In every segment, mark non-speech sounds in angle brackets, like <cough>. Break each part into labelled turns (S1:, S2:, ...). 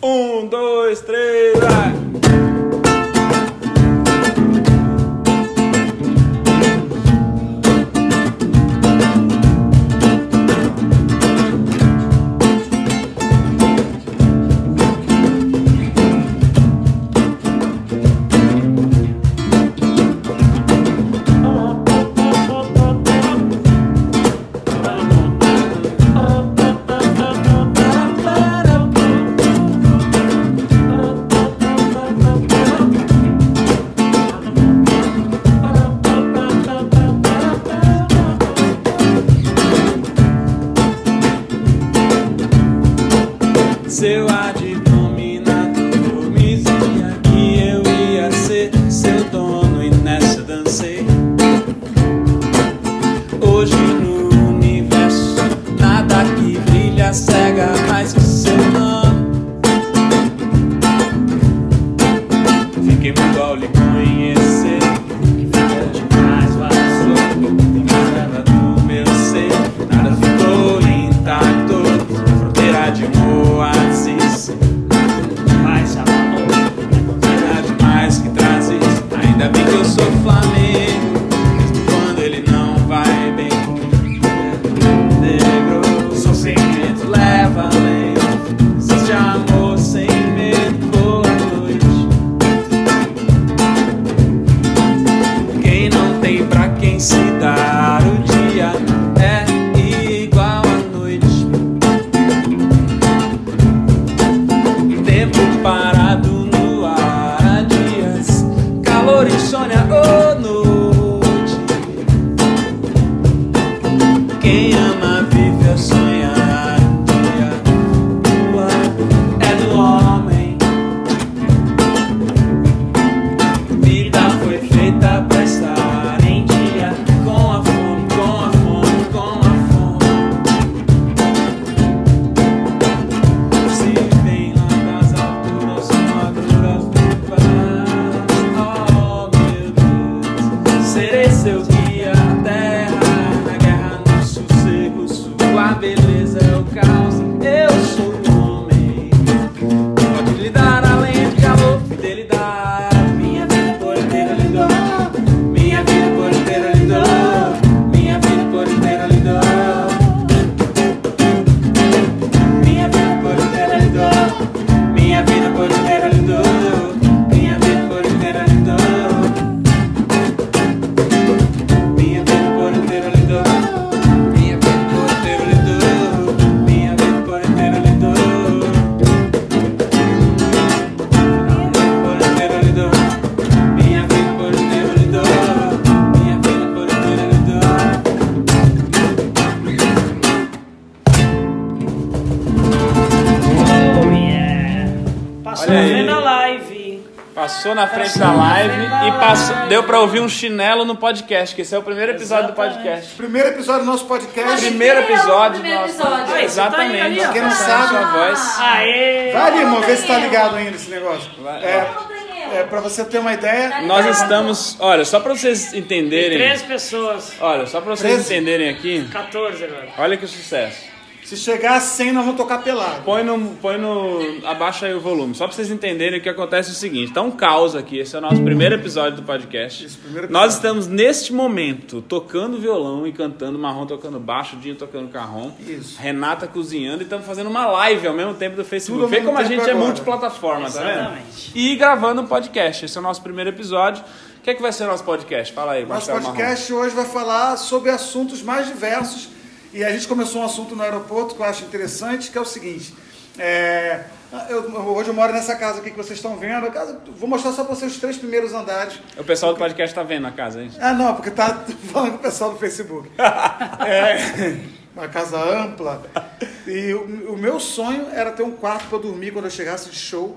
S1: Um, dois, três, vai! Se eu há de dominar por mim, que eu ia ser seu dono e nessa dancei. Hoje no universo, nada que brilha cega mais que seu nome. Fiquei muito ao lhe conhecer. que ficou demais vazou. Nada do meu ser, nada ficou intacto. A fronteira de um oásis. Mas a fronteira demais que trazes. Ainda bem que eu sou Flamengo. Mesmo quando ele não vai bem. Negro, sou sem medo, leva além. Existe amor sem medo, boa noite. Quem não tem pra quem se dar o dia é igual à noite. Tempo parado no ar há dias, calor, insônia ou noite. Quem ama vive a sonhar. o dia. Lua é do homem. Vida foi feita pra estar em dia com a fome, com a fome, com a fome. Se vem lá das alturas, maduras turvas. Oh meu Deus, serei seu guia à terra. Na guerra, no sossego, sua beleza é o caos. Eu sou o homem. Pode lhe dar além de calor, fidelidade. Minha vida por inteira lhe dou. Minha vida por inteira lhe dou. Minha vida por inteira lhe dou. Minha vida por inteira lhe dou. Minha vida por inteira lhe dou. Minha vida por inteira lhe dou. Minha vida por inteira lhe dou. Minha vida por inteira lhe dou. Minha vida por inteira lhe dou. Minha vida por inteiro lhe dou. Minha vida por inteiro lhe dou.
S2: Oh, yeah. Passou
S1: Olha
S2: na
S1: aí.
S2: frente da live.
S1: Passou na frente
S2: Passou
S1: da
S2: na
S1: live
S2: frente da
S1: e passou,
S2: live.
S1: deu pra ouvir um chinelo no podcast, que esse é o primeiro episódio do
S2: Exatamente.
S1: podcast.
S3: Primeiro episódio do nosso podcast.
S1: Primeiro
S4: Primeiro
S1: episódio, Ah,
S4: primeiro
S1: nosso-
S4: episódio.
S2: Aí, você tá aí, tá
S1: Exatamente.
S2: ali, ó.
S3: Quem não
S1: Passando
S3: sabe-
S1: sua voz.
S5: Ah,
S2: Aê!
S3: Vai ali, irmão, vê se tá ligado ainda esse negócio.
S1: Vai.
S3: É, é, pra você ter uma ideia,
S1: Nós estamos, olha, só pra vocês entenderem,
S2: 13 pessoas.
S1: olha, só pra vocês
S3: Treze.
S1: entenderem aqui,
S2: 14 agora.
S1: olha que sucesso.
S3: se chegar a 100, nós vamos tocar pelado.
S1: Põe no, põe no, abaixa aí o volume, só pra vocês entenderem o que acontece é o seguinte, tá um caos aqui, esse é o nosso primeiro episódio do podcast.
S3: Isso, primeiro episódio.
S1: Nós estamos neste momento tocando violão e cantando, Marrom tocando baixo, Dinho tocando carrom,
S3: Isso.
S1: Renata cozinhando e estamos fazendo uma live ao mesmo tempo do Facebook.
S3: Tudo ao
S1: Vê
S3: mesmo
S1: como a
S3: tempo
S1: gente é
S3: agora.
S1: multiplataforma, tá vendo?
S2: Exatamente.
S1: E gravando um podcast, esse é o nosso primeiro episódio. O que é que vai ser o nosso podcast? Fala aí,
S3: Nosso
S1: Marcelo Marrom.
S3: podcast hoje vai falar sobre assuntos mais diversos. E a gente começou um assunto no aeroporto que eu acho interessante, que é o seguinte. é, eu- hoje eu moro nessa casa aqui que vocês estão vendo. A casa- vou mostrar só pra vocês os três primeiros andares.
S1: O pessoal do podcast tá vendo a casa, hein?
S3: Ah, não, porque tá <laughs> falando com o pessoal do Facebook. É, uma casa ampla. E o, o meu sonho era ter um quarto pra dormir quando eu chegasse de show.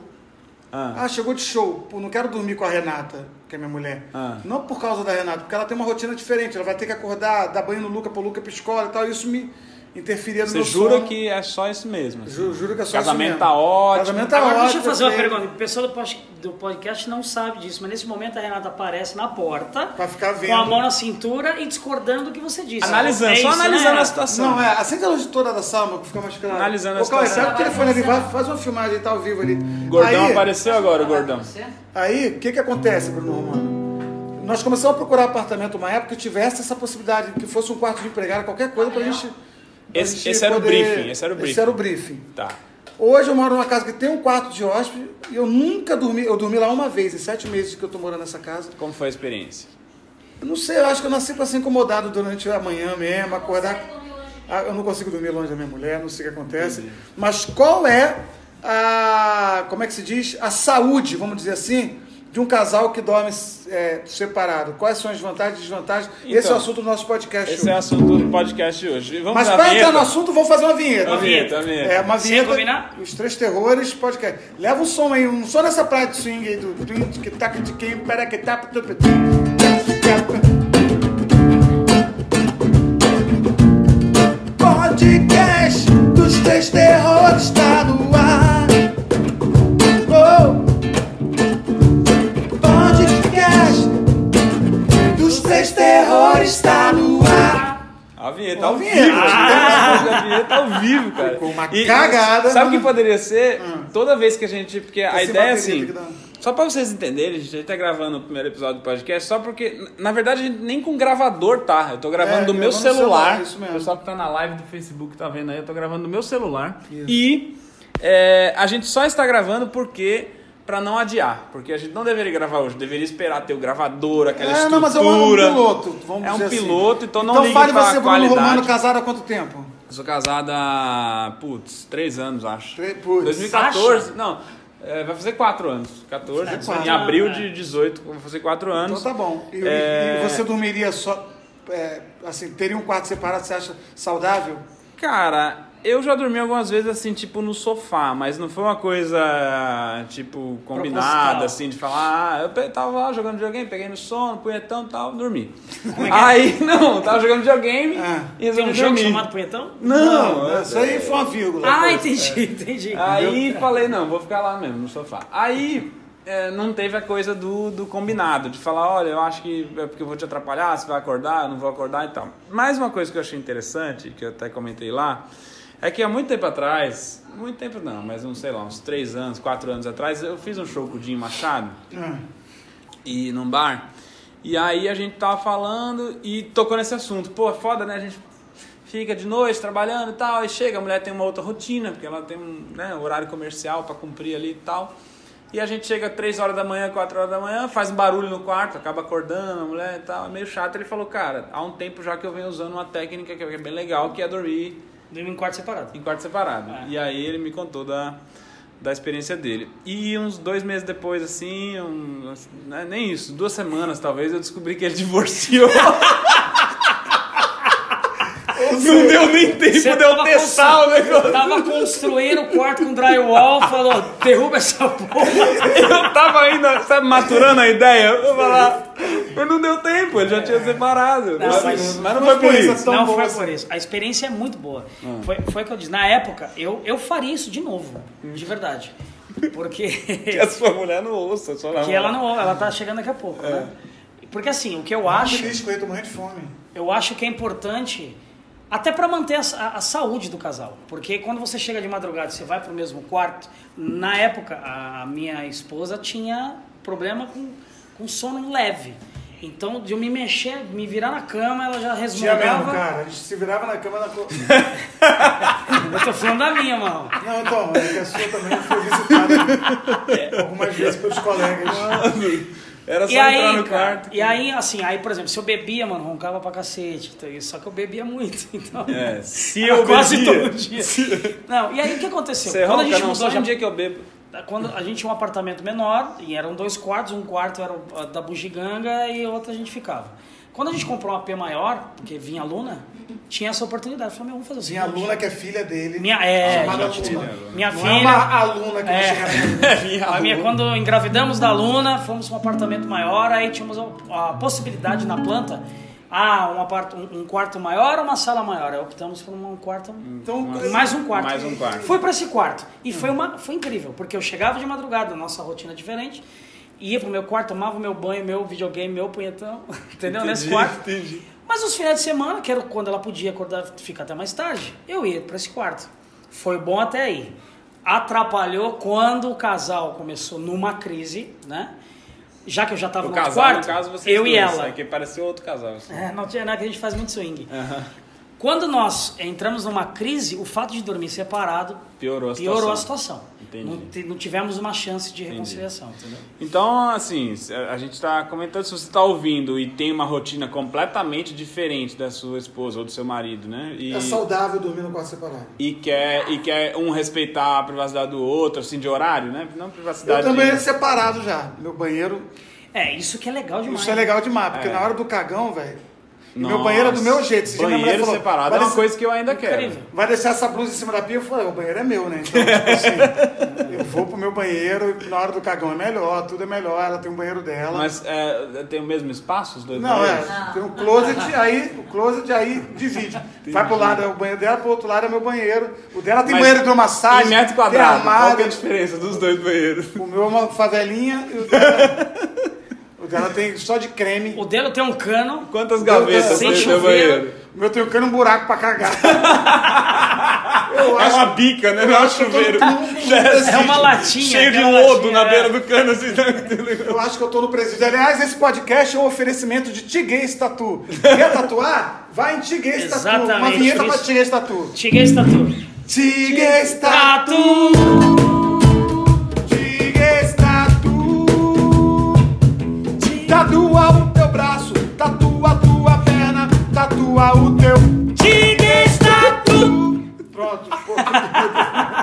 S1: Ah.
S3: Ah, chegou de show. Pô, não quero dormir com a Renata, que é minha mulher.
S1: Ah.
S3: Não por causa da Renata, porque ela tem uma rotina diferente. Ela vai ter que acordar, dar banho no Luca pro Luca ir pra escola e tal. Isso me, interferia no
S1: Você
S3: meu
S1: jura
S3: sono.
S1: que é só isso mesmo. assim.
S3: Ju- juro que é só
S1: Casamento
S3: isso mesmo.
S1: tá ótimo.
S3: Casamento tá
S2: Agora,
S3: ótimo.
S2: deixa eu fazer uma
S3: perfeito.
S2: pergunta. O pessoal do pos- do podcast não sabe disso, mas nesse momento a Renata aparece na porta,
S3: Pra ficar vendo.
S2: com a mão na cintura e discordando do que, você disse.
S1: Analisando,
S2: É
S1: só
S2: isso, né,
S1: analisando a
S2: Renata?
S1: situação.
S3: Não, é, acende a luz de toda da sala, que fica mais claro.
S1: Analisando
S3: Ô,
S1: a
S3: Cauê,
S1: situação.
S3: pega o telefone ali, vai, faz uma filmagem, tá ao vivo ali.
S1: Gordão
S3: Aí-
S1: apareceu agora, o gordão.
S5: é
S3: Aí, o que, que acontece, Bruno Romano? Nós começamos a procurar apartamento uma época que tivesse essa possibilidade, que fosse um quarto de empregado, qualquer coisa pra gente. pra
S1: Esse- esse era o briefing, esse era o briefing.
S3: Esse era o briefing.
S1: Tá.
S3: Hoje eu moro numa casa que tem um quarto de hóspede e eu nunca dormi. Eu dormi lá uma vez, em sete meses que eu tô morando nessa casa.
S1: Como foi a experiência?
S3: Eu não sei, eu acho que eu nasci pra ser incomodado durante a manhã mesmo, acordar. Ah, Eu não consigo dormir longe da minha mulher, não sei o que acontece. Mas qual é a. Como é que se diz? A saúde, vamos dizer assim, de um casal que dorme é, separado. Quais são as vantagens e desvantagens? esse é o
S1: Então,
S3: assunto do nosso podcast
S1: Esse
S3: hoje.
S1: é o assunto do podcast de hoje. Vamos
S3: Mas
S1: à
S3: para
S1: vinheta?
S3: entrar no assunto, vamos fazer uma vinheta.
S1: Uma vinheta, uma vinheta.
S3: É, uma
S2: Sem
S3: vinheta.
S2: combinar?
S3: Os Três Terrores podcast. Leva um som aí, um som nessa praia de swing aí do Twint, que tá taca de quem, pera que tá tapa, tup, tup, tup. Podcast dos Três Terrores está no ar. Oh. Podcast dos Três Terrores está no ar.
S1: A vinheta
S3: Uma
S1: ao
S3: vinheta. Ah.
S1: vivo. A vinheta ao vivo, cara.
S3: Ficou uma cagada. Ah.
S1: Sabe o que poderia ser? Toda vez que a gente. Porque a
S3: Esse
S1: ideia é
S3: bateria tem
S1: assim.
S3: que dar.
S1: Só pra vocês entenderem, gente, a gente tá gravando o primeiro episódio do podcast, só porque, na verdade, a gente nem com gravador tá. Eu tô gravando
S3: É,
S1: do meu
S3: gravando no celular,
S1: celular.
S3: isso mesmo.
S1: O pessoal que tá na live do Facebook tá vendo aí, eu tô gravando do meu celular. E é, a gente só está gravando porque. Pra não adiar, porque a gente não deveria gravar hoje, deveria esperar ter o gravador, aquela
S3: É,
S1: estrutura.
S3: não, mas é um- é um piloto, vamos
S1: É um
S3: dizer assim.
S1: piloto, então não
S3: então
S1: ligue
S3: fale
S1: pra
S3: você, Bruno
S1: qualidade.
S3: Romano, casado há quanto tempo?
S1: Eu sou casado há, putz, três anos, acho.
S3: Tre- putz.
S1: 2014, não, é, vai fazer quatro anos. 14,
S2: É,
S1: em
S2: quatro.
S1: abril
S2: É.
S1: de 18, vai fazer quatro anos.
S3: Então tá bom. E,
S1: É.
S3: e você dormiria só. é, assim, teria um quarto separado, você acha saudável?
S1: Cara, eu já dormi algumas vezes assim, tipo, no sofá, mas não foi uma coisa, tipo, combinada,
S2: Proposital.
S1: assim, de falar, ah, eu pe- tava lá jogando videogame, peguei no sono, punhetão e tal, dormi.
S2: Como é que é?
S1: Aí, <laughs> não, tava jogando videogame
S3: Ah.
S1: e
S2: Tem
S1: resolvi
S2: um jogo
S1: dormir.
S2: chamado Punhetão?
S1: Não, é eu-
S3: né? isso aí foi uma vírgula.
S2: Ah,
S3: Foi.
S2: entendi, entendi.
S1: é. Aí falei, não, vou ficar lá mesmo, no sofá. Aí é, não teve a coisa do, do combinado, de falar, olha, eu acho que é porque eu vou te atrapalhar, você vai acordar, eu não vou acordar e tal. Mais uma coisa que eu achei interessante, que eu até comentei lá, é que há muito tempo atrás, muito tempo não, mas não sei lá, uns três anos, quatro anos atrás, eu fiz um show com o Dinho Machado
S3: Ah,
S1: e num bar. E aí a gente tava falando e tocou nesse assunto. Pô, é foda, né? A gente fica de noite trabalhando e tal, aí chega, a mulher tem uma outra rotina, porque ela tem um né, horário comercial pra cumprir ali e tal. E a gente chega 3 horas da manhã, 4 horas da manhã, faz um barulho no quarto, acaba acordando a mulher e tal. É meio chato. Ele falou, cara, há um tempo já que eu venho usando uma técnica que é bem legal, que é dormir
S2: Dormi em quarto
S1: <laughs>
S2: separado.
S1: em quarto separado.
S2: É.
S1: E aí ele me contou da, da experiência dele. E uns dois meses depois, assim, um- né, nem isso, duas semanas talvez, eu descobri que ele <laughs> divorciou. Não deu nem tempo
S2: Você
S1: de eu
S2: tava
S1: testar o negócio.
S2: Tava construindo o quarto com drywall, falou, derruba essa porra.
S1: Eu tava ainda, sabe, maturando a ideia. Eu falar, mas não deu tempo, ele já tinha separado.
S2: É. Não,
S1: mas,
S2: mas-
S1: mas não
S3: mas
S1: foi por
S3: foi
S1: isso.
S3: essa tão
S2: não
S3: boa
S2: foi
S3: assim.
S2: por isso. A experiência é muito boa. Foi, foi o que eu disse. Na época, eu, eu faria isso de novo. De verdade.
S1: Que
S2: Porque.
S1: <laughs> a sua mulher não ouça, só
S2: que
S1: <laughs>
S2: ela não. Ela tá chegando daqui a pouco, né? Porque assim, o que eu acho.
S3: feliz com ele, tô morrendo de fome.
S2: Eu acho que é importante, até para manter a, sa- a saúde do casal. Porque quando você chega de madrugada e você vai para o mesmo quarto, na época a, a minha esposa tinha problema com, com sono leve. Então, de eu me mexer, me virar na cama, ela já
S3: Tinha mesmo,
S2: resmungava.
S3: cara. A gente se virava na cama na co...
S2: Eu tô falando da minha, mano.
S3: <laughs> Não, então, é que a sua também foi visitada né? algumas vezes pelos colegas.
S1: Era É só
S2: E
S1: entrar
S2: aí,
S1: no
S2: cara,
S1: quarto.
S2: e aí, assim, aí, por exemplo, se eu bebia, mano, roncava pra cacete. Então, isso- Só que eu bebia muito, <laughs> então...
S1: É, se <laughs>
S2: Era
S1: eu
S2: quase
S1: bebia-
S2: todo dia. Não, e aí o que aconteceu?
S1: Você
S2: Quando a
S1: ronca,
S2: gente
S1: não,
S2: mudou
S1: só
S2: já
S1: um dia que eu bebo.
S2: Quando a gente tinha um apartamento menor, e eram dois quartos, um quarto era o- a da bugiganga e outro a gente ficava. Quando a gente comprou um AP maior, porque vinha aluna, tinha essa oportunidade. Eu falei, meu, vamos fazer o
S3: Tinha
S2: seguinte.
S3: aluna que é filha dele.
S2: Minha, é,
S3: Chamada
S2: gente,
S3: Luna.
S2: minha
S3: não
S2: filha.
S3: é uma aluna que
S2: É.
S3: não chega na
S2: A minha, quando engravidamos da Luna, fomos para um apartamento maior, aí tínhamos a, a possibilidade na planta ah, um, apart- um- um quarto maior ou uma sala maior? Aí optamos por um quarto
S3: Então,
S1: Uma-
S2: mais um quarto.
S1: Mais um quarto.
S2: Fui pra esse quarto. E foi, uma, foi incrível, porque eu chegava de madrugada, nossa rotina é diferente, ia pro meu quarto, tomava o meu banho, meu videogame, meu punhetão, <laughs> entendeu? Nesse quarto.
S1: Entendi.
S2: Mas os finais de semana, que era quando ela podia acordar, ficar até mais tarde, eu ia pra esse quarto. Foi bom até aí. Atrapalhou quando o casal começou numa crise, né? Já que eu já tava
S1: O
S2: no
S1: casal,
S2: quarto,
S1: no caso, vocês
S2: eu
S1: dois,
S2: e ela.
S1: É que pareceu outro casal. assim.
S2: É, não tinha nada que a gente faz muito swing.
S1: Aham.
S2: Quando nós entramos numa crise, o fato de dormir separado
S1: Piorou a situação.
S2: piorou a situação.
S1: Entendi.
S2: Não, ti- não tivemos uma chance de reconciliação, entendeu?
S1: Então, assim, se- a gente tá comentando, se você tá ouvindo e tem uma rotina completamente diferente da sua esposa ou do seu marido, né? E,
S4: É saudável dormir no quarto separado.
S1: e, quer, e quer um respeitar a privacidade do outro, assim, de horário, né? Não
S3: Eu
S1: privacidade...
S3: também é separado já. Meu banheiro.
S2: É, isso que é legal demais.
S3: Isso é legal demais, porque
S1: É.
S3: na hora do cagão, velho. e Meu
S1: Nossa,
S3: banheiro é do meu jeito. Esse dia minha mulher
S1: Banheiro
S3: falou,
S1: separado
S3: vai
S1: é uma
S3: descer-
S1: coisa que eu ainda
S2: Incrível.
S1: quero.
S3: Vai deixar essa blusa em cima da pia? Eu falei, o banheiro é meu, né? Então, tipo assim, eu vou pro meu banheiro e na hora do cagão é melhor, tudo é melhor, ela tem o banheiro dela.
S1: Mas é, tem o mesmo espaço, os dois
S3: Não, é.
S1: banheiros?
S3: Tem um closet, aí o closet aí divide. Vai pro lado é o banheiro dela, pro outro lado é meu banheiro. O dela tem
S1: Mas
S3: banheiro de massagem,
S1: Em metro
S3: tem
S1: quadrado, qual que é a
S3: armário.
S1: diferença dos dois banheiros?
S3: O meu é uma favelinha e o dela, é um- o dela tem só de creme.
S2: O dela tem um cano.
S1: Quantas
S3: Meu Deus,
S1: gavetas
S2: sem
S1: tem no seu
S2: chuveiro.
S1: banheiro?
S3: O meu tem um cano um buraco
S2: <laughs>
S3: pra cagar. Eu
S1: É
S3: acho
S1: uma bica, né? Não é um chuveiro.
S2: É
S1: <laughs>
S2: uma latinha.
S1: Cheio de
S2: aquela
S1: lodo
S2: latinha,
S1: na
S2: é.
S1: beira do cano, assim.
S3: <laughs>
S1: né?
S3: Eu acho que eu tô no presídio. Aliás, esse podcast é um oferecimento de Tiguês Tatu. Quer tatuar? Vai em Tiguês Tatu. Uma
S2: Exatamente,
S3: vinheta pra
S2: isso.
S3: Tiguês Tatu.
S2: é. Cheguei esse tatu.
S3: Tiguês Tatu.
S2: Tatu!
S3: Tiguês Tatu. Tatua o teu braço. Tatua a tua perna. Tatua o teu...
S2: Cheguei tatu!
S3: Pronto. pô.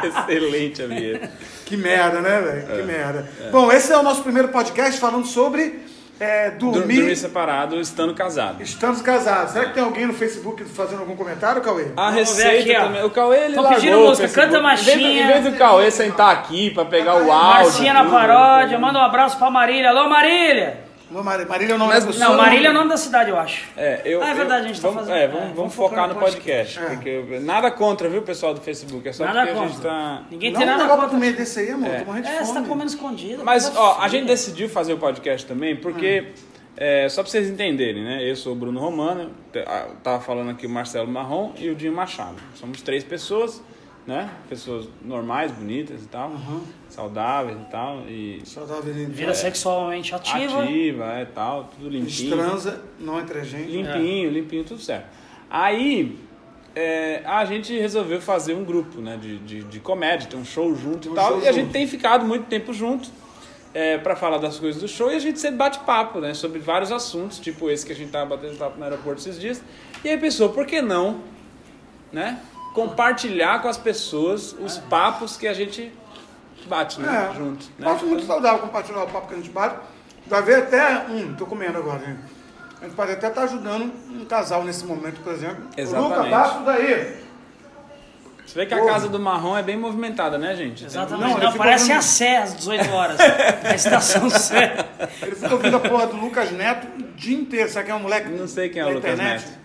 S1: Excelente a vinheta.
S3: Que merda, né, velho? Que merda. Bom, esse é o nosso primeiro podcast falando sobre... é,
S1: Dormir,
S3: dormir
S1: separado, estando casado.
S3: Estamos casados. Será que tem alguém no Facebook fazendo algum comentário, Cauê?
S1: A
S2: Vamos ver
S1: receita
S2: aqui, ó.
S1: também. O Cauê, ele
S2: Tão
S1: largou
S2: pedindo
S1: o
S2: música,
S1: Facebook.
S2: canta
S1: Em vez do-
S2: Marchinha.
S1: Em vez do Cauê sentar aqui né? pra pegar o áudio.
S2: Marcinha na
S1: tudo.
S2: paródia, manda um abraço pra Marília. Alô, Marília!
S3: Alô, Marília, Marília é o nome
S1: Mas-
S3: da pessoa?
S2: Não, Marília é o nome da cidade, eu acho.
S1: É, eu,
S2: Ah, é verdade,
S1: eu-
S2: a gente tá
S1: vamos,
S2: fazendo-
S1: É,
S2: é,
S1: vamos,
S2: vamos
S1: vamos focar
S2: focar no É.
S1: no podcast. porque eu- nada contra, viu, pessoal do Facebook. É só
S2: Nada
S1: porque a gente
S2: contra.
S1: tá.
S2: Ninguém
S3: Não,
S2: tem
S3: um
S2: nada
S3: negócio pra
S2: contra.
S3: comer desse aí, amor. Tô morrendo de
S2: É,
S3: fome.
S2: você tá comendo escondido. tá
S1: Mas,
S2: coisa
S1: ó, a
S2: feia.
S1: gente decidiu fazer o podcast também porque, é, só pra vocês entenderem, né? Eu sou o Bruno Romano, te- ah, tava falando aqui o Marcelo Marrom e o Dinho Machado. Somos três pessoas, né? Pessoas normais, bonitas e tal, saudáveis e tal, e
S3: Saudável, gente.
S2: Vida sexualmente ativa.
S1: ativa, é tal, tudo limpinho.
S3: Destransa, não entre a gente.
S1: Limpinho, limpinho, tudo certo. Aí é, a gente resolveu fazer um grupo né, de, de, de comédia, ter um show junto e
S3: Um
S1: tal.
S3: show
S1: E a gente
S3: junto.
S1: tem ficado muito tempo junto é, para falar das coisas do show e a gente sempre bate papo né, sobre vários assuntos, tipo esse que a gente tava batendo papo no aeroporto esses dias. E aí pensou, por que não né, compartilhar com as pessoas os papos que a gente bate né,
S3: É,
S1: junto? Né?
S3: Acho muito saudável compartilhar o papo que a gente bate. Vai ver até... Hum, tô comendo agora, gente. A gente pode até estar ajudando um casal nesse momento, por exemplo.
S1: Exatamente.
S3: Luca, baixa isso daí.
S1: Você vê que a casa do Marrom é bem movimentada, né, gente?
S2: Exatamente.
S3: Não,
S2: Não,
S3: ele ficou
S2: parece
S3: olhando-
S2: a Sé às 18 horas. a estação Sé.
S3: Ele fica ouvindo a porra do Lucas Neto o dia inteiro. Será que é um moleque
S1: Não sei quem é o
S3: da
S1: Lucas
S3: internet?
S1: Neto.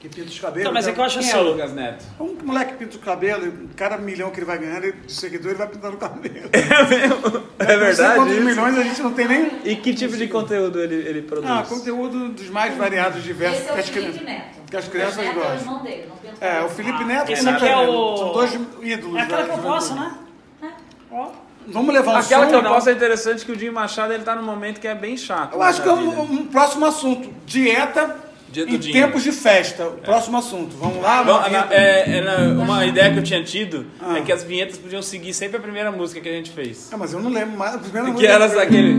S3: Que pinta os cabelos. né?
S2: Então, mas é que eu acho
S1: Quem
S2: assim.
S1: é o Lucas Neto?
S3: É Um moleque pinta o cabelo, e cada milhão que ele vai ganhando ele- de seguidor, ele vai pintando o cabelo.
S1: <laughs> É
S3: Não sei
S1: verdade.
S3: quantos
S1: isso?
S3: milhões a gente não tem nem.
S1: E que tipo de conteúdo ele, ele produz?
S3: Ah, conteúdo dos mais variados, diversos.
S5: Esse é o
S3: que as
S5: Felipe
S3: crianças-
S5: Neto.
S3: que as
S5: O
S3: crianças
S5: Neto É o
S3: gostam.
S5: irmão dele, não tem
S3: É, o Felipe
S2: Ah,
S3: Neto
S2: esse
S3: e o
S2: aqui é o-
S3: São dois ídolos.
S2: É aquela
S3: da
S2: que eu
S3: juventude.
S2: posso, né? Ó.
S3: Vamos levar um
S1: Aquela
S3: som?
S1: que eu posso é interessante que o Dinho Machado ele tá num momento que é bem chato.
S3: Eu
S1: né,
S3: acho
S1: da
S3: que é
S1: vida.
S3: um, um próximo assunto. Dieta
S1: Dia do
S3: em
S1: dinheiro.
S3: tempos de festa. O Próximo assunto. Vamos lá?
S1: Bom,
S3: uma
S1: na-
S3: vinheta.
S1: é- é na- uma ideia que eu tinha tido
S3: Ah.
S1: é que as vinhetas podiam seguir sempre a primeira música que a gente fez.
S3: Ah, mas eu não lembro mais. a primeira
S1: Que
S3: música-
S1: era aquele.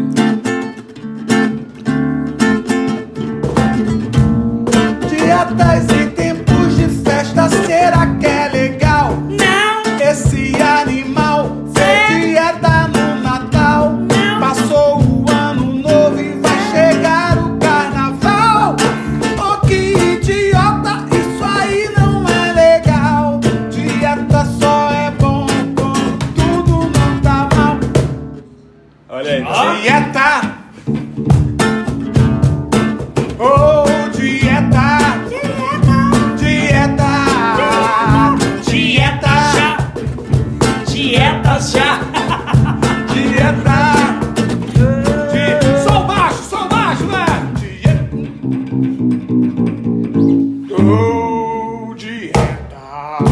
S3: Dietas em tempos de festa, será que é legal? Não! Esse animal fez dieta no Natal. Passou o ano novo e vai chegar o carnaval. Oh, que idiota, isso aí não é legal. Dieta só é bom quando tudo não tá mal.
S1: Olha aí.
S3: Ah. é tá? Dieta! Oh, dieta! é tá? é tá? né? é tá? é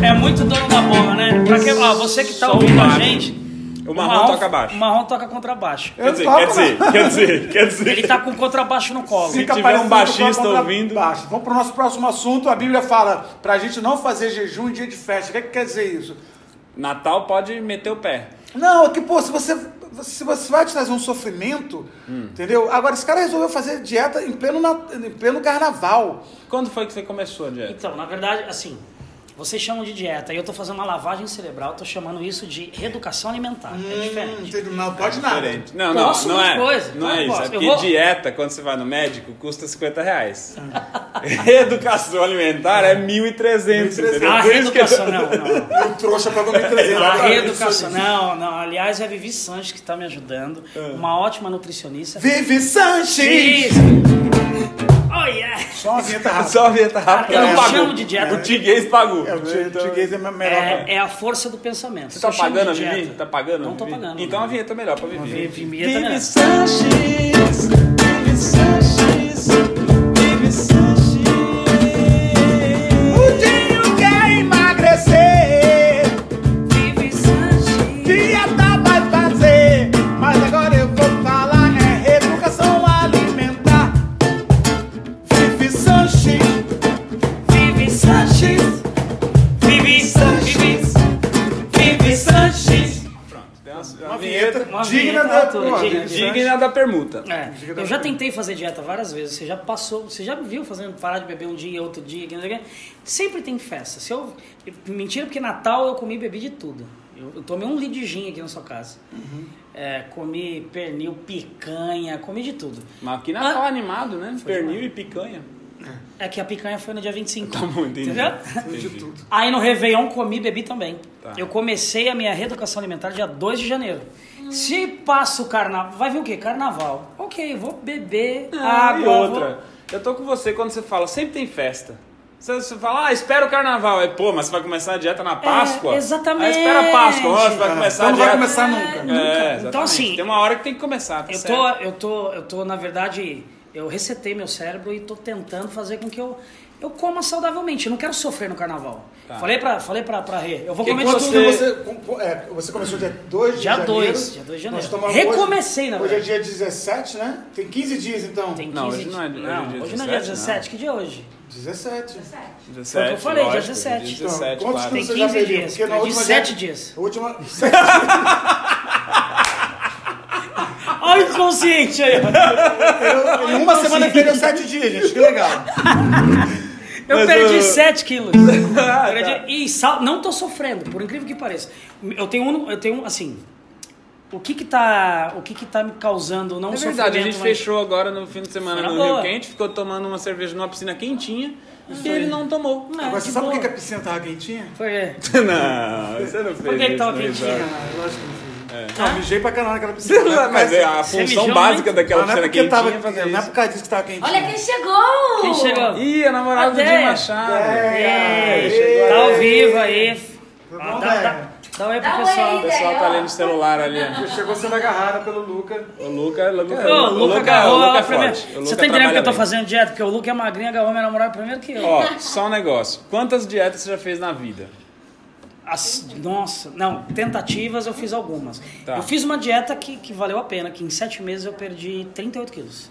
S3: tá?
S2: É ó, você né? que tá
S1: Só o
S2: ouvindo a
S1: Marrom.
S2: gente.
S1: O Marrom toca baixo.
S2: O Marrom toca contrabaixo.
S3: Eu toco,
S1: Quer dizer, quer dizer, quer dizer, quer
S2: Ele
S1: dizer.
S2: tá com contrabaixo no colo.
S1: Sim.
S3: Fica
S1: tiver um
S3: parecendo
S1: baixista
S3: com a contra-
S1: ouvindo-
S3: Baixo. Vamos para o nosso próximo assunto. A Bíblia fala para a gente não fazer jejum em dia de festa. O que, é que quer dizer isso?
S1: Natal pode meter o pé.
S3: Não, é que, pô, se você, se você vai te trazer um sofrimento, entendeu? Agora, esse cara resolveu fazer dieta em pleno, nat- em pleno carnaval.
S1: Quando foi que você começou a dieta?
S2: Então, na verdade, assim, vocês chamam de dieta e eu tô fazendo uma lavagem cerebral, tô chamando isso de reeducação alimentar.
S1: Hum,
S2: é diferente.
S3: Hum, Entendeu? Não pode nada.
S1: Não, não,
S2: Posso
S1: não
S2: uma
S1: é.
S2: coisa?
S1: não
S2: Claro
S1: é
S2: que
S1: isso.
S2: posso.
S1: É
S2: Eu
S1: porque
S2: vou-
S1: dieta, quando você vai no médico, custa 50 reais. <laughs> Educação alimentar é 1.300, entendeu?
S2: A
S1: Por isso que é eu-
S2: Ah, reeducação, não, não.
S4: E o trouxa pagou 1.300.
S2: É, A
S4: Exatamente.
S2: reeducação, né? não, não. Aliás, é a Vivi Sanches que tá me ajudando.
S1: Ah.
S2: Uma ótima nutricionista.
S3: Vive Sanches!
S2: Isso. Oh, yeah.
S3: Só uma vinheta rápida.
S1: Só a vinheta rápida.
S2: Eu
S1: não
S2: não
S1: pagou.
S2: chamo de dieta.
S1: O tiguês pagou.
S3: É, o ti-
S1: Então-
S3: tiguês é melhor.
S2: É, é a força do pensamento.
S1: Você
S2: Se eu
S1: tá
S2: chamo
S1: pagando a
S2: de
S1: Vivi?
S2: dieta-
S1: Tá pagando? a
S2: Não tô
S1: Vivi?
S2: pagando.
S1: Então a vinheta é melhor pra
S2: vi-
S1: Vivi.
S2: vinheta é melhor.
S1: Sanches, Sanches, Vivi Sanches.
S3: O Dinho quer emagrecer,
S2: Vivi Sanches.
S3: dieta vai tá fazer, mas agora eu vou falar é reeducação alimentar. Vive Sanches,
S2: Vivi Sanches. Vivi Sanches. Vive Sanches.
S1: Pronto, tem uma, uma vinheta
S2: Uma
S3: digna
S2: vinheta,
S3: da
S2: tudo,
S3: pô,
S2: digna,
S3: Vivi
S2: digna.
S1: digna da permuta.
S2: É, eu já tentei fazer dieta várias vezes. Você já passou, você já me viu fazendo parar de beber um dia, outro dia, que não sei o quê. Sempre tem festa. Se eu, mentira, porque Natal eu comi e bebi de tudo. Eu, eu tomei um litro de gin aqui na sua casa.
S1: Uhum.
S2: É, comi pernil, picanha, comi de tudo.
S1: Mas aqui Natal
S2: Ah.
S1: animado, né? Pernil e picanha. <laughs>
S2: É que a picanha foi no dia 25.
S1: Tá bom, entendi.
S2: Entendeu?
S1: Entendi.
S2: Aí no Réveillon comi e bebi também.
S1: Tá.
S2: Eu comecei a minha reeducação alimentar dia 2 de janeiro. Se passa o carnaval, vai ver o quê? Carnaval. Ok, vou beber
S1: Ah,
S2: água.
S1: e outra.
S2: vou-
S1: Eu tô com você quando você fala, sempre tem festa. Você, você fala, ah, espera o carnaval. Aí, pô, mas você vai começar a dieta na Páscoa?
S2: É, exatamente.
S1: Aí espera a Páscoa, ó, você vai
S3: Ah,
S1: começar
S3: então
S1: a
S3: não vai
S1: dieta.
S3: começar nunca.
S1: É,
S2: Nunca.
S1: exatamente.
S2: Então, assim,
S1: Tem uma hora que tem que começar, tá
S2: Eu
S1: certo.
S2: tô, eu tô, eu tô, na verdade, eu resetei meu cérebro e tô tentando fazer com que eu, eu coma saudavelmente. Eu não quero sofrer no carnaval.
S1: Tá.
S2: Falei pra, falei pra, pra Rê, eu vou
S1: Que
S2: comer
S1: quanto
S2: de
S4: Quanto
S2: tudo.
S1: você-
S4: você... Você, com- com- é, você começou dia 2 de
S2: Dia
S4: janeiro.
S2: dois, dia dois de janeiro.
S4: Nós estamos
S2: Recomecei,
S4: hoje,
S2: na
S4: Hoje é
S2: verdade.
S4: dia 17, né? Tem 15 dias, então.
S2: Tem 15
S1: Não, hoje não é- hoje é
S2: não,
S1: dia
S2: hoje não é dia
S1: 17,
S2: 17, que dia é hoje?
S4: 17.
S2: Foi o que eu falei, dia
S1: lógico,
S2: 17.
S1: Dia
S4: Então,
S1: 17,
S4: quantos
S1: claro.
S4: que
S2: Tem
S4: você já
S2: 15
S4: perdeu?
S2: dias,
S4: Porque na
S2: perdi
S4: última
S2: sete
S4: dieta-
S2: dias.
S4: A última... <laughs> Sete
S2: Olha o inconsciente aí, ó.
S4: dias. Em uma semana perdeu 7 dias, gente. Que legal.
S2: Eu
S1: Mas
S2: perdi
S1: eu- <laughs>
S2: 7 quilos.
S1: Ah,
S2: Perdi-
S1: tá.
S2: E sal- não tô sofrendo, por incrível que pareça. Eu tenho um, eu tenho um, assim, o que que tá, o que que tá me causando não
S1: É
S2: sofrer?
S1: verdade, a gente fechou agora no fim de semana
S2: Foi na
S1: no Rio
S2: boa.
S1: Quente, ficou tomando uma cerveja numa piscina
S2: <laughs>
S1: quentinha e ele não tomou.
S3: Agora, você sabe por que é que a piscina tava quentinha?
S2: Foi.
S1: Não, você não fez
S2: Por é que que
S1: isso,
S2: tava
S1: não,
S2: quentinha?
S1: Isaac.
S2: <laughs>
S3: lógico que não fiz.
S2: Hã?
S3: Não, mijei pra caralho naquela
S2: <laughs>
S3: piscina. Não é
S1: Você-
S3: por
S1: Mas
S3: causa-
S1: é a
S2: Você
S1: função
S2: mijou
S1: básica
S2: muito?
S1: daquela
S3: não é
S1: piscina
S3: porque
S1: quentinha
S3: tava,
S1: é fazer
S3: não é
S1: isso.
S3: por causa disso que tava quentinha.
S5: Olha quem chegou!
S2: Quem chegou?
S1: Ih, a namorada do
S2: Adé.
S1: Jim Machado.
S2: É,
S1: chegou
S2: tá
S1: aí.
S2: ao vivo aí.
S4: Foi
S2: Ah,
S4: bom,
S2: dá,
S4: né?
S2: dá, dá um oi pro
S5: Dá um
S2: pessoal.
S5: oi,
S1: O pessoal tá lendo o celular ali.
S3: Já
S2: tá.
S3: chegou sendo agarrada pelo Luca.
S1: O Luca, o Luca,
S2: Ô,
S1: o
S2: Luca,
S1: Luca,
S2: agarrou
S1: o Luca
S2: ela
S1: é
S2: primeiro.
S1: forte. O Luca
S2: Você tá entendendo que eu tô
S1: trabalha
S2: fazendo dieta? Porque o Luke é magrinho, agarrou minha namorada primeiro que eu.
S1: bem. Ó, só um negócio. Quantas dietas você já fez na vida?
S2: As- nossa, não, tentativas eu fiz algumas.
S1: Tá.
S2: Eu fiz uma dieta que, que valeu a pena, que em sete meses eu perdi 38 quilos.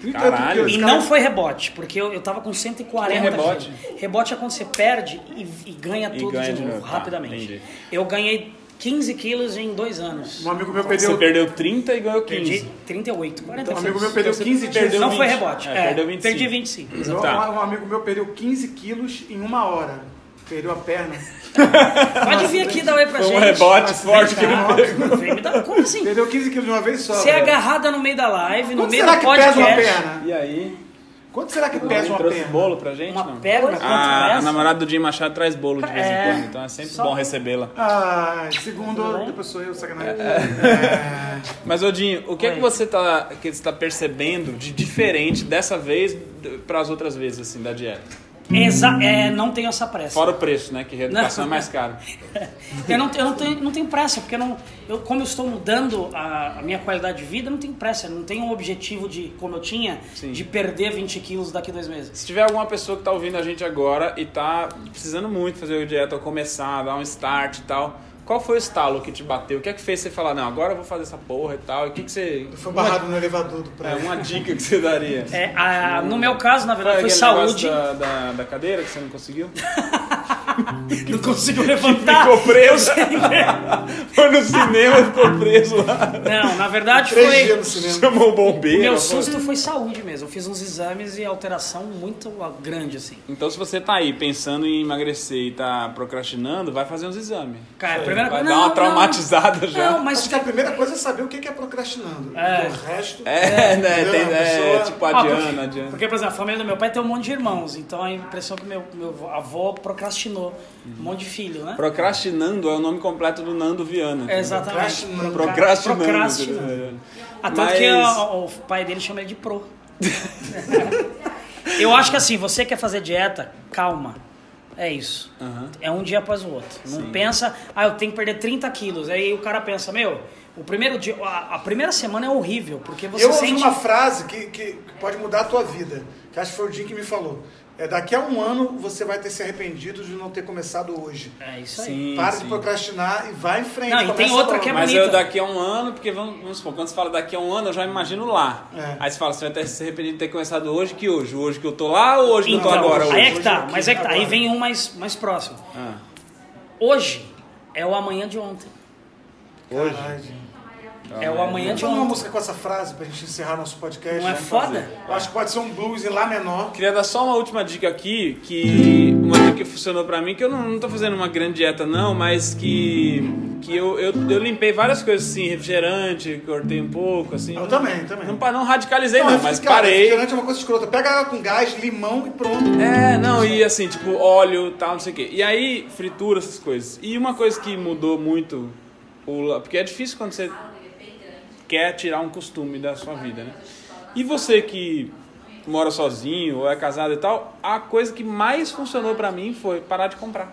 S3: 38
S1: Caralho.
S3: quilos,
S2: E
S3: cara.
S2: não foi rebote, porque eu, eu tava com 140
S1: Foi rebote?
S2: quilos. Rebote é quando você perde e, e ganha
S1: E
S2: tudo
S1: ganha
S2: de
S1: de
S2: novo,
S1: novo, tá,
S2: rapidamente.
S1: entendi.
S2: eu ganhei 15 quilos em dois anos.
S3: Um amigo meu
S1: Você
S3: perdeu.
S1: perdeu 30 e ganhou 15.
S2: Perdi 38, 40
S3: Um amigo meu
S2: quilos.
S3: perdeu
S1: Você
S3: 15 dias.
S1: perdeu
S2: Não foi
S1: 20.
S2: rebote.
S1: É,
S2: É,
S1: perdeu 25.
S2: Perdi 25.
S3: Um-
S1: Tá.
S3: Um, amigo meu perdeu 15 quilos em uma hora. Perdeu a perna.
S2: Pode vir aqui dar oi pra
S1: Tá. Foi
S2: gente. tá.
S1: um rebote forte que ele
S3: Não,
S1: perdeu.
S2: Vem me dar- Como assim?
S3: Perdeu 15 quilos de uma vez só.
S2: Você é
S3: velho.
S2: agarrada no meio da live, no
S3: Quanto
S2: meio
S3: será
S2: do
S3: que pesa uma
S2: podcast.
S3: perna?
S1: E aí?
S3: Quanto será que pesa
S1: Alguém
S3: uma
S1: trouxe
S3: perna?
S1: bolo pra gente?
S2: Uma
S1: não?
S2: perna? Quanto
S1: A, a
S2: pesa?
S1: namorada do Jim Machado traz bolo de vez em
S2: É.
S1: quando, então é sempre
S2: Só-
S1: bom recebê-la.
S3: Ah, segundo
S2: Tudo bem?
S3: outra pessoa, eu, sacanagem.
S1: Mas, Odinho, o que é que
S2: Oi.
S1: você tá, que você tá percebendo de diferente dessa vez para as outras vezes, assim, da dieta?
S2: Exa é, não tenho essa pressa.
S1: Fora o preço, né? Que
S2: <laughs>
S1: reeducação é mais caro.
S2: Eu, não, eu não, tenho, não tenho pressa, porque eu não, eu, como eu estou mudando a, a minha qualidade de vida, eu não tenho pressa. eu Não tenho um objetivo de, como eu tinha,
S1: Sim.
S2: de perder 20 quilos daqui a dois meses.
S1: Se tiver alguma pessoa que tá ouvindo a gente agora e tá precisando muito fazer dieta ou começar, dar um start e tal, Qual foi o estalo que te bateu? O que é que fez você falar, não, agora eu vou fazer essa porra e tal? E o que, que você.
S3: É, Foi barrado no elevador do
S1: É,
S3: prédio.
S1: uma dica que você daria?
S2: É, a- no meu caso, na verdade, foi
S1: aquele
S2: saúde.
S1: negócio Da, da, da cadeira que você não conseguiu?
S2: <laughs> Não consigo levantar.
S1: <laughs> Ficou preso. foi no cinema, ficou preso lá.
S2: Não, na verdade
S3: Três dias
S2: foi.
S3: no cinema.
S1: Chamou o bombeiro.
S2: Meu
S1: foi-
S2: susto foi saúde mesmo. Eu fiz uns exames e alteração muito grande, assim.
S1: Então, se você tá aí pensando em emagrecer e tá procrastinando, vai fazer uns exames.
S2: Cara, a primeira
S1: Vai
S2: coisa.
S1: dar uma traumatizada já.
S2: Não, mas
S3: Acho que a primeira coisa é saber o que é procrastinando.
S2: É.
S3: O resto.
S1: É, né?
S3: Entendeu?
S1: Tem,
S3: A
S1: é,
S3: pessoa-
S1: tipo,
S2: Ah,
S1: adiana,
S2: porque-
S1: adiana.
S2: Porque, por exemplo, a família do meu pai tem um monte de irmãos, então a impressão é que meu, meu avô procrastinou. Um monte de filho, né? É,
S1: Procrastinando é o nome completo do Nando Viana.
S2: Exatamente.
S3: Procrastinando.
S2: Proca-
S1: Procrastinando.
S2: Procrastinando. Ah, tanto
S1: É. Mas-
S2: que o, o pai dele chama ele de pro. <laughs> Eu acho que assim, você quer fazer dieta, calma. É isso.
S1: Aham.
S2: É um dia após o outro. Não pensa, ah, eu tenho que perder 30 quilos. Aí o cara pensa, meu, o primeiro dia, a, a primeira semana é horrível, porque você
S3: eu ouvi
S2: sente.
S3: uma frase que, que pode mudar a tua vida, que acho que foi o Jim que me falou. É, daqui a um ano você vai ter se arrependido de não ter começado hoje.
S2: É isso aí.
S1: Sim,
S3: Para
S1: sim.
S3: de procrastinar e vai em frente.
S2: Não, e
S3: começa
S2: tem outra
S3: logo.
S2: que é
S1: Mas
S2: bonita.
S1: eu daqui a um ano, porque vamos, vamos supor, quando você fala daqui a um ano, eu já imagino lá.
S3: É.
S1: Aí você fala, você vai ter se arrependido de ter começado hoje que hoje? Hoje que eu tô lá ou hoje que eu tô agora? Hoje?
S2: aí é que tá,
S3: hoje,
S2: mas é que tá.
S3: agora.
S2: Aí vem um mais, mais próximo.
S1: Ah,
S2: Hoje é o amanhã de ontem.
S1: hoje.
S3: Ai, gente.
S2: É o amanhã de
S3: Ah, Vamos uma
S2: ontem.
S3: música com essa frase pra gente encerrar nosso podcast.
S2: Não é
S3: Vamos
S2: foda?
S3: fazer. Eu acho que pode ser um blues em Lá menor.
S1: Queria dar só uma última dica aqui, que uma dica que funcionou pra mim, que eu não, não tô fazendo uma grande dieta não, mas que que eu, eu, eu limpei várias coisas assim, refrigerante, cortei um pouco assim.
S3: Eu também, também.
S1: Não, pa- não radicalizei não, mas
S3: cara,
S1: parei.
S3: Então- refrigerante é uma coisa escrota. Pega água com gás, limão e pronto.
S1: É, não, e assim, tipo, óleo tal, não sei o quê. E aí, fritura, essas coisas. E uma coisa que mudou muito, o, la- porque é difícil quando você quer tirar um costume da sua vida, né? E você que mora sozinho ou é casado e tal, a coisa que mais funcionou pra mim foi parar de comprar.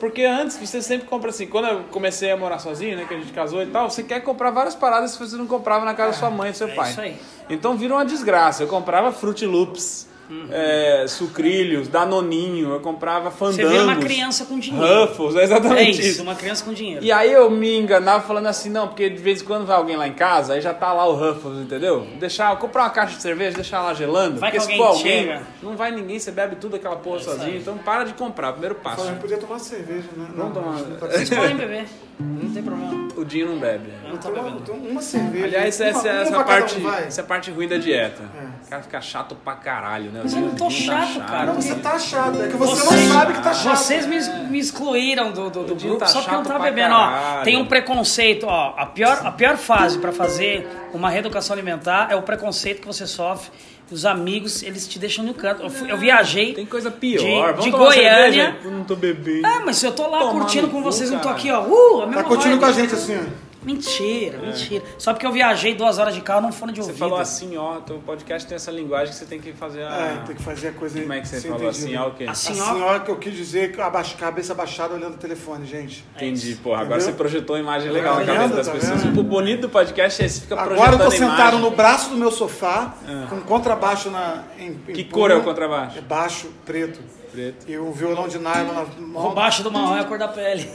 S1: Porque antes você sempre compra assim, quando eu comecei a morar sozinho, né, que a gente casou e tal, você quer comprar várias paradas que você não comprava na casa da sua mãe e seu
S2: é
S1: pai.
S2: isso aí.
S1: Então virou uma desgraça. Eu comprava Fruit Loops,
S2: Uhum.
S1: é, sucrilhos, danoninho, eu comprava fandangos.
S2: Você vira uma criança com
S3: <laughs>
S2: dinheiro.
S1: Ruffles, <laughs> é
S2: É
S1: exatamente
S2: isso, uma criança com dinheiro.
S1: E aí eu me enganava falando assim, não, porque de vez em quando vai alguém lá em casa, aí já tá lá o Ruffles, entendeu? Deixar, comprar uma caixa de cerveja, deixar lá gelando,
S2: Vai
S1: porque
S2: que
S1: se for
S2: alguém
S1: alguém,
S2: chega. É
S1: não vai ninguém, você bebe tudo aquela porra sozinho,
S2: aí.
S1: então para de comprar, primeiro passo.
S3: Falando, podia tomar cerveja, né?
S1: Não toma.
S3: não tá-
S2: Vocês podem beber, não tem problema.
S1: O Dinho não bebe.
S2: Eu não tô
S3: Toma-
S2: bebendo.
S3: toma uma cerveja.
S1: Aliás,
S3: Uma-
S1: essa, é
S3: uma
S1: essa,
S3: pra cada
S1: parte,
S3: um, vai.
S1: essa é a parte ruim da dieta.
S3: É.
S1: O cara fica chato pra caralho, né?
S2: Mas
S1: O
S2: eu não tô
S1: Dinho tá
S2: chato, cara.
S3: Não, você tá achado. É que você
S2: Vocês-
S3: não sabe que tá achado.
S2: Vocês me, me excluíram do, do, do
S1: dia
S2: grupo
S1: tá
S2: só porque eu não
S1: chato
S2: tava
S1: pra
S2: bebendo. Ó,
S1: caralho.
S2: tem um preconceito, ó. A pior, a pior fase pra fazer uma reeducação alimentar é o preconceito que você sofre. Os amigos, eles te deixam no canto. Eu, fui- eu viajei.
S1: Tem coisa pior.
S2: De-
S1: Vamos
S2: de
S1: tomar uma
S2: Goiânia.
S1: cerveja? Eu não tô bebendo.
S2: Ah, mas eu tô lá
S1: Tomar
S2: curtindo
S1: no
S2: com
S1: cu,
S2: vocês, não tô
S1: cara.
S2: aqui, ó. Uh, a mesma
S3: Tá continuando com a
S2: vibe.
S3: gente assim, ó.
S2: Mentira, mentira. Só porque eu viajei duas horas de carro, não fone de
S1: É. Você
S2: ouvido.
S1: falou assim, ó, teu podcast tem essa linguagem que você tem que fazer a...
S3: É, tem que fazer né? a coisa
S1: Ah. Como é que você
S3: ser
S1: falou assim,
S3: entendida.
S1: ó, o quê?
S2: Assim.
S3: A
S2: Senhora-
S3: senhora que eu quis dizer, que abaixa, cabeça abaixada olhando o telefone, gente.
S2: é
S1: Entendi, porra. Agora você
S3: Entendeu?
S1: projetou a imagem legal
S3: Tá
S1: na cabeça
S3: vendo?
S1: das
S3: Tá
S1: pessoas.
S3: vendo?
S1: O bonito do podcast é esse fica
S3: Agora eu
S1: projetando
S3: tô
S1: a
S3: sentado
S1: imagem. Ah.
S3: no braço do meu sofá, com contrabaixo na. Em, em
S1: Que
S3: punho.
S1: cor é o contrabaixo?
S3: É baixo, preto.
S1: Preto.
S3: E o violão de nylon na mão,
S2: Baixo do marrom é a cor
S1: <laughs>
S2: da pele.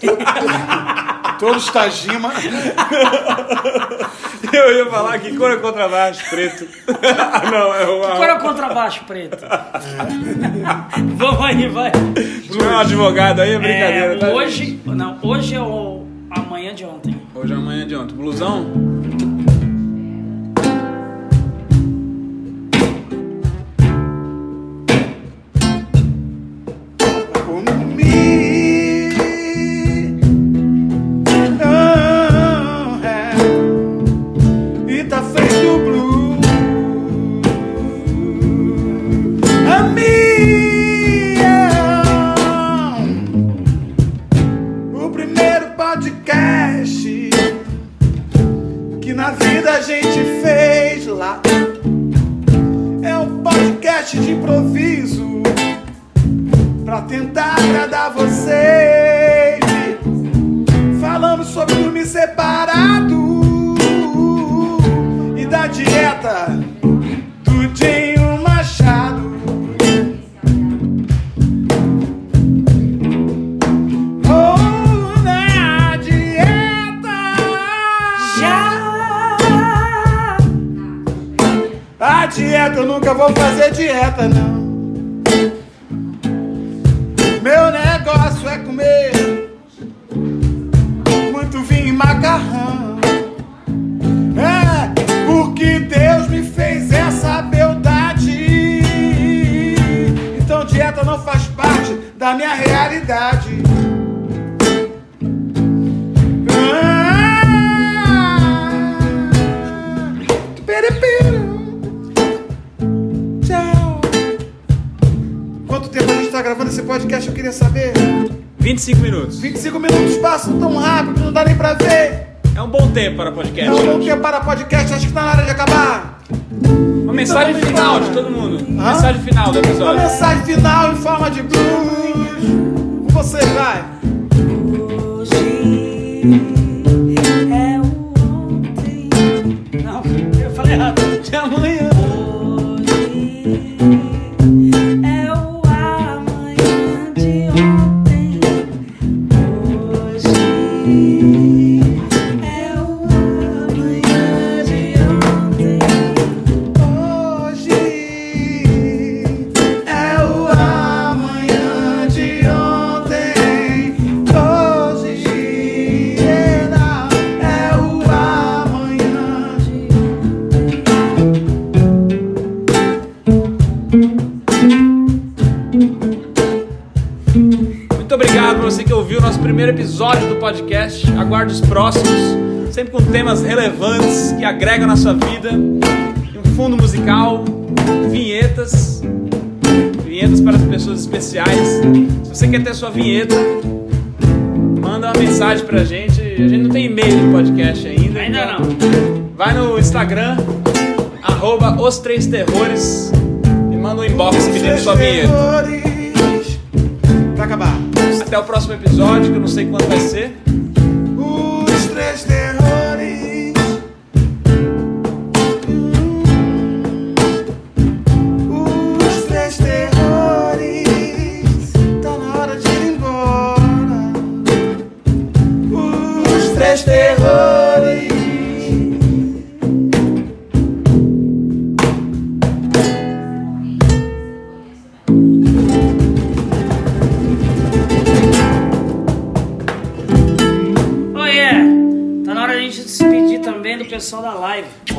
S3: todo estagima.
S1: <laughs> Eu ia falar que cor é o contrabaixo, preto. <laughs> não, é o...
S2: Qual era o contrabaixo preto?
S1: É.
S2: <laughs> Vamos aí, vai.
S1: Não é um advogado aí, é brincadeira.
S2: É,
S1: tá, gente?
S2: hoje, não, hoje é o amanhã de ontem.
S1: Hoje é amanhã de ontem. Blusão?
S3: Como me não é e tá feito blue a minha o primeiro podcast que na vida a gente fez lá é um podcast de improviso pra tentar agradar vocês. Falamos sobre dormir separado e da dieta do Dinho Machado. Oh, na dieta, eu nunca vou fazer dieta, não. Meu negócio é comer muito vinho e macarrão. É, porque Deus me fez essa beldade. Então dieta não faz parte da minha realidade. Ah, tuperipiru. Tchau. Quanto tempo a gente está gravando esse podcast? Eu queria saber.
S1: 25 minutos.
S3: 25 minutos passam tão rápido que não dá nem pra ver.
S1: É um bom tempo para podcast.
S3: Não, não
S1: acho.
S3: tem para podcast, acho que tá na hora de acabar.
S1: Uma mensagem
S3: vamos
S1: final
S3: embora.
S1: de todo mundo.
S3: Hã?
S1: Mensagem final do
S3: Uma
S1: episódio.
S3: mensagem final em forma de blues. Você vai.
S2: Hoje é o ontem. Não, eu falei errado.
S1: De amanhã.
S2: Hoje é o amanhã de ontem. Hoje é o amanhã de ontem.
S3: Hoje é o amanhã de ontem. Hoje é o amanhã de ontem.
S1: Muito obrigado pra você que ouviu o nosso primeiro episódio do podcast. Aguarde os próximos, sempre com temas relevantes que agregam na sua vida. E Um fundo musical, vinhetas, vinhetas para as pessoas especiais. Se você quer ter sua vinheta, manda uma mensagem pra gente. A gente não tem e-mail do podcast ainda.
S2: Ainda
S1: então Vai no Instagram, arroba os três terrores e manda um inbox pedindo sua vinheta.
S3: Terrores. Pra acabar.
S1: Até o próximo episódio, que eu não sei quando vai ser.
S3: Os três terrores. Os três terrores. Tá na hora de ir embora. Os três terrores.
S2: Oh yeah! Tá na hora de a gente se despedir também do pessoal da live.